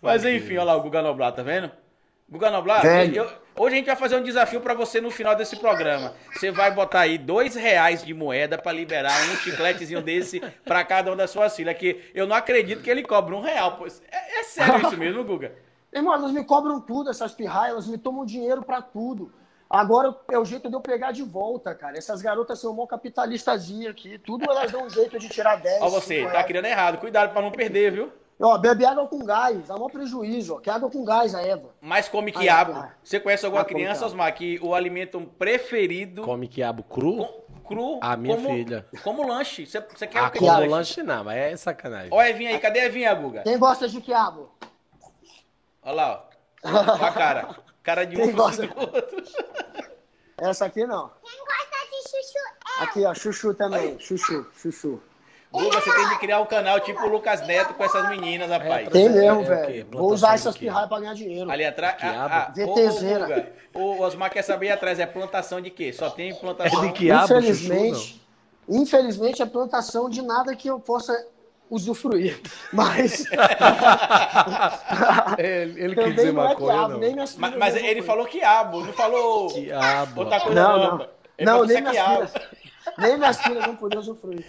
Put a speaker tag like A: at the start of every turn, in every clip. A: Mas enfim, olha lá o Guga Noblar, tá vendo? Guga Noblar,
B: Velho.
A: eu- hoje a gente vai fazer um desafio pra você no final desse programa. Você vai botar aí dois reais de moeda pra liberar um chicletezinho desse pra cada uma das suas filhas. Que eu não acredito que ele cobra um real. pô. É, é sério isso mesmo, Guga?
C: Irmão, elas me cobram tudo, essas pirraias, elas me tomam dinheiro pra tudo. Agora é o jeito de eu pegar de volta, cara. Essas garotas são mó capitalistazinha aqui. Tudo elas dão um jeito de tirar 10.
A: Ó você,
C: cinco
A: tá
C: reais.
A: criando errado. Cuidado pra não perder, viu?
C: Ó, bebe água com gás, dá maior prejuízo, ó. Que água com gás, a Eva.
A: Mas come
C: Ah,
A: quiabo.
C: tá.
A: Você conhece alguma
C: Ah, come
A: criança,
C: quiabo.
A: Osmar, que o alimento preferido
B: Come quiabo cru?
A: com- cru
B: A minha
A: como,
B: filha.
A: como lanche? Você, você quer
B: ah,
A: o que de
B: como
A: lanche?
B: lanche não, mas é sacanagem.
A: Ó, a Evinha aí, cadê a Evinha, Guga?
C: Quem gosta de quiabo?
A: Olha lá, ó. Ó a cara. Cara de um
C: Quem
A: fosse
C: gosta?
A: do outro.
C: Essa aqui não. Aqui, ó, chuchu também. Chuchu, chuchu.
A: Guga, você tem de criar um canal tipo o Lucas Neto com essas meninas, rapaz.
B: É,
C: Tem mesmo,
B: É o quê?
C: velho. Vou
B: Plantação
C: usar
B: de
C: essas
B: quiabo.
C: pirraias pra ganhar dinheiro.
A: Ali atrás.
B: Quiabo.
A: Ah, ah, ô, ô,
C: VTZera.
A: Guga, o Osmar quer saber aí atrás, é plantação de quê? Só tem plantação.
B: É de quiabo, chuchu,
C: infelizmente, infelizmente é plantação de nada que eu possa usufruir. Mas
B: não. Ele, ele quis
C: também
B: dizer
C: não é
B: maconha,
C: quiabo,
B: não.
C: nem minhas
A: Ma-
C: filhas.
A: Mas, ele
C: usufruem.
A: falou quiabo, não falou
B: Quiabo.
A: outra coisa,
C: Não,
A: não.
C: não.
A: Ele
C: Não,
A: falou
C: nem
A: só
C: minhas
A: quiabo.
C: filhas. Nem minhas filhas vão poder usufruir.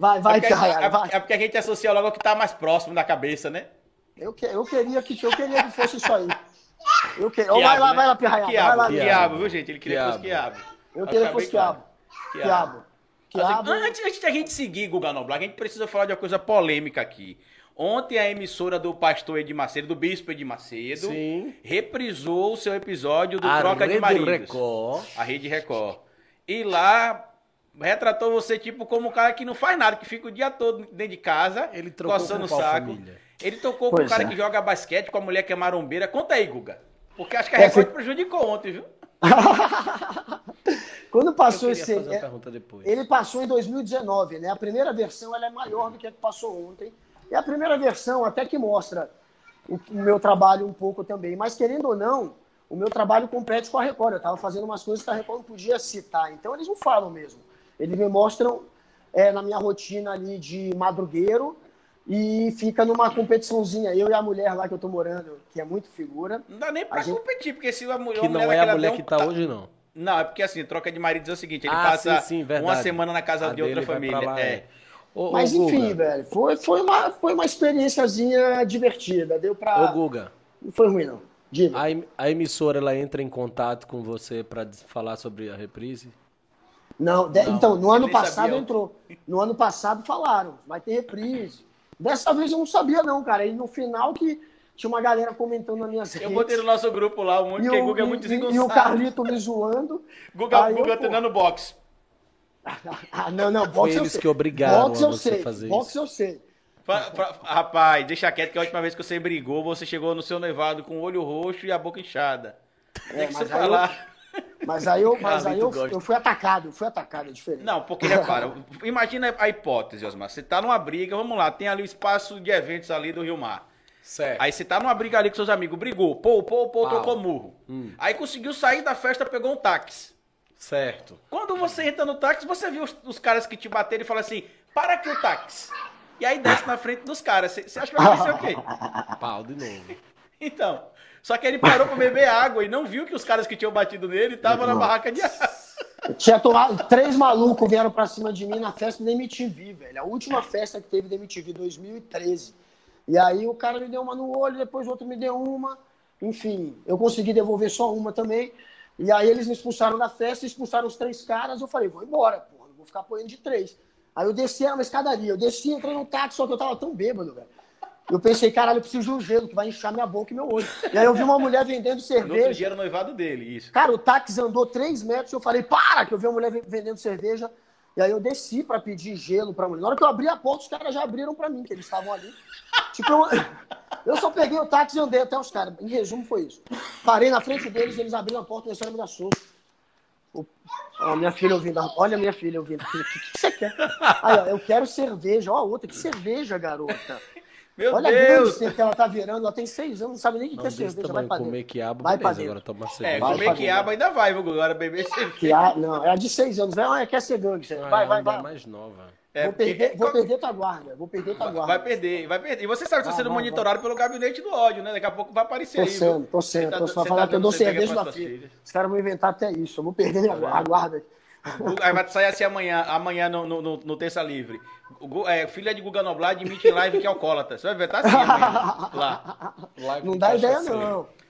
C: Vai, vai,
A: é, porque,
C: Carraiara,
A: é-
C: vai.
A: é porque a gente associa logo o que tá mais próximo da cabeça, né?
C: Eu, que- eu queria que, eu queria que fosse isso aí. Eu que- Ô,
A: Quiabo,
C: vai lá,
A: né?
C: vai lá, pirraiada. Vai
A: Quiabo,
C: lá,
A: quiabo,
C: Quiabo.
A: viu, gente? Ele queria que fosse
B: Quiabo.
A: quiabo.
C: Eu
A: Pra
C: queria
A: ficar
C: que fosse
A: bem claro.
C: quiabo. Quiabo. Quiabo.
B: né?
A: Assim, antes, antes da gente seguir, Guga Noblar, a gente precisa falar de uma coisa polêmica aqui. Ontem a emissora do pastor Edir Macedo, do bispo Edir Macedo,
B: Sim.
A: reprisou o seu episódio do
B: A
A: Troca de
B: Rede
A: Maridos.
B: Record.
A: A Rede Record. E lá retratou você tipo como um cara que não faz nada, que fica o dia todo dentro de casa,
B: Ele trocou
A: coçando o
B: com qual
A: saco.
B: família?
A: Ele tocou com o
C: Pois
A: cara
C: é.
A: que joga basquete, com a mulher que é marombeira. Conta aí, Guga. Porque acho que a
C: É,
A: Record
C: foi-
A: prejudicou ontem, viu?
C: Quando
B: Eu
C: passou
B: queria
C: esse.
B: fazer uma
C: é-
B: pergunta depois.
C: Ele passou em 2019, né? A primeira versão ela é maior do que a que passou ontem. E a primeira versão até que mostra o, o meu trabalho um pouco também. Mas querendo ou não, o meu trabalho compete com a Record. Eu estava fazendo umas coisas que a Record não podia citar. Então eles não falam mesmo. Eles me mostram é, na minha rotina ali de madrugueiro e fica numa competiçãozinha. Eu e a mulher lá que eu tô morando, que é muito figura.
A: Não dá nem pra
C: A gente-
A: competir, porque se a mulher...
B: Que não é
A: daquela
B: a mulher
A: der um
B: que tá
A: ta-
B: hoje, não.
A: Não, é porque assim, troca de maridos é o seguinte, ele
B: Ah,
A: passa
B: sim, sim,
A: uma
B: verdade.
A: semana na casa
B: A
A: de outra
B: dele vai pra
A: família.
B: lá,
A: é.
B: Ô, ô,
C: Mas enfim,
B: Guga.
C: velho, foi, foi, uma, foi uma experiênciazinha divertida. Deu pra.
B: Ô, Guga,
C: Não foi ruim, não. Diga.
A: Ah,
B: a, em- a emissora ela entra em contato com você pra des- falar sobre a reprise?
C: Não, de-
A: Não,
C: então, no
A: eu
C: ano
A: nem
C: passado
A: sabia.
C: entrou. No ano passado falaram, vai ter reprise. Dessa vez eu não sabia, não, cara. E no final que tinha uma galera comentando nas minhas
A: Eu
C: redes.
A: botei no nosso grupo lá, um monte,
C: e,
A: porque
C: o,
A: Guga é muito
C: e, e,
A: desengonçado.
C: o Carlito me zoando.
A: Guga,
C: Aí eu,
A: Guga
C: pô.
A: treinando boxe.
C: Ah, não, não, boxe
B: Foi
C: eu
B: eles
C: sei.
B: que obrigaram
C: boxe
B: a
C: eu
B: você
C: sei,
B: fazer
C: boxe
B: isso.
C: eu sei.
A: Fa- fa- rapaz, deixa quieto que a última vez que você brigou, você chegou no seu noivado com o olho roxo e a boca inchada.
B: É,
A: Tem que
C: mas
A: se
C: aí
A: falar.
C: Mas aí eu, mas aí
B: Carlito
C: eu,
B: gosta.
C: eu fui atacado, eu fui atacado, é diferente.
A: Não, porque repara, imagina a hipótese, Osmar. Você tá numa briga, vamos lá, tem ali o espaço de eventos ali do Rio Mar.
B: Certo.
A: Aí você tá numa briga ali com seus amigos, brigou, pô, pô, pô,
B: Pau.
A: trocou murro.
B: Hum.
A: Aí conseguiu sair da festa, pegou um táxi.
B: Certo.
A: Quando você entra no táxi, você viu os, os caras que te bateram e fala assim, para aqui o táxi. E aí desce na frente dos caras. Você você acha que vai acontecer o quê?
B: Pau de novo.
A: Então, só que ele parou pra beber água e não viu que os caras que tinham batido nele estavam na barraca de água.
C: Tinha tomado, três malucos vieram pra cima de mim na festa da MTV, velho. A última festa que teve da MTV, 2013. E aí o cara me deu uma no olho, depois o outro me deu uma. Enfim, eu consegui devolver só uma também. E aí eles me expulsaram da festa, expulsaram os três caras. Eu falei, vou embora, porra, não vou ficar apoiando de três. Aí eu desci, era uma escadaria. Eu desci, entrei no táxi, só que eu tava tão bêbado, velho. Eu pensei, caralho, eu preciso de um gelo que vai inchar minha boca e meu olho. E aí eu vi uma mulher vendendo
A: No outro
C: cerveja.
A: dia era o noivado dele, isso.
C: Cara, o táxi andou 3 metros, eu falei, para, que eu vi uma mulher ve- vendendo cerveja. E aí eu desci pra pedir gelo pra mulher. Na hora que eu abri a porta, os caras já abriram pra mim, que eles estavam ali. Tipo, eu, eu só peguei o táxi e andei até os caras. Em resumo, foi isso. Parei na frente deles, eles abriram a porta, começaram a me dar soco. O- Ó, minha filha ouvindo. ó, Olha a minha filha ouvindo. O que, que você quer? Aí, ó, eu quero cerveja. Ó, outra, que cerveja, garota.
A: Meu
C: Olha a grande
A: Deus!
C: cerveja que ela tá virando. Ela tem seis anos, não sabe nem o que
B: Não,
C: é
B: desse
C: cerveja. Vai
B: tamanho,
C: pra dentro.
B: comer quiabo,
C: Vai pra
B: beleza.
C: dentro.
B: Agora tomar
A: É,
B: cerveja.
C: Vai
A: comer
C: pra
A: quiabo ainda vai, viu, Gugu? agora beber cerveja.
C: Que a- não, é a de seis anos. Não, é quer ser gangue.
B: Ah,
C: Vai,
B: ela
C: vai,
B: ainda é
C: vai.
B: mais nova.
A: É,
C: vou,
A: porque-
C: perder, vou perder tua guarda. Vou perder tua guarda.
A: Vai perder, vai perder. E você sabe que está
C: Vai,
A: sendo
C: vai,
A: monitorado pelo gabinete do ódio, né? Daqui a pouco vai aparecer
C: Tô
A: aí. viu?
C: sendo, tô sendo.
A: Você tá-
C: tô só
A: você
C: falar
A: tá
C: que eu
A: dando
C: dou
A: cerveja
C: cerveja
A: pras
C: da
A: suas
C: filha.
A: filha.
C: assim. Os caras vão inventar até isso. Eu vou perder a, a guarda. aqui.
A: Guga- Aí vai sair assim amanhã, amanhã no, no, no, no Terça Livre. O Gu- é, filha de Guga Noblar admite em live que é alcoólatra. Você vai inventar assim amanhã, tá lá.
B: Live
C: Não
B: de
C: dá ideia,
B: cachaceiro.
C: não.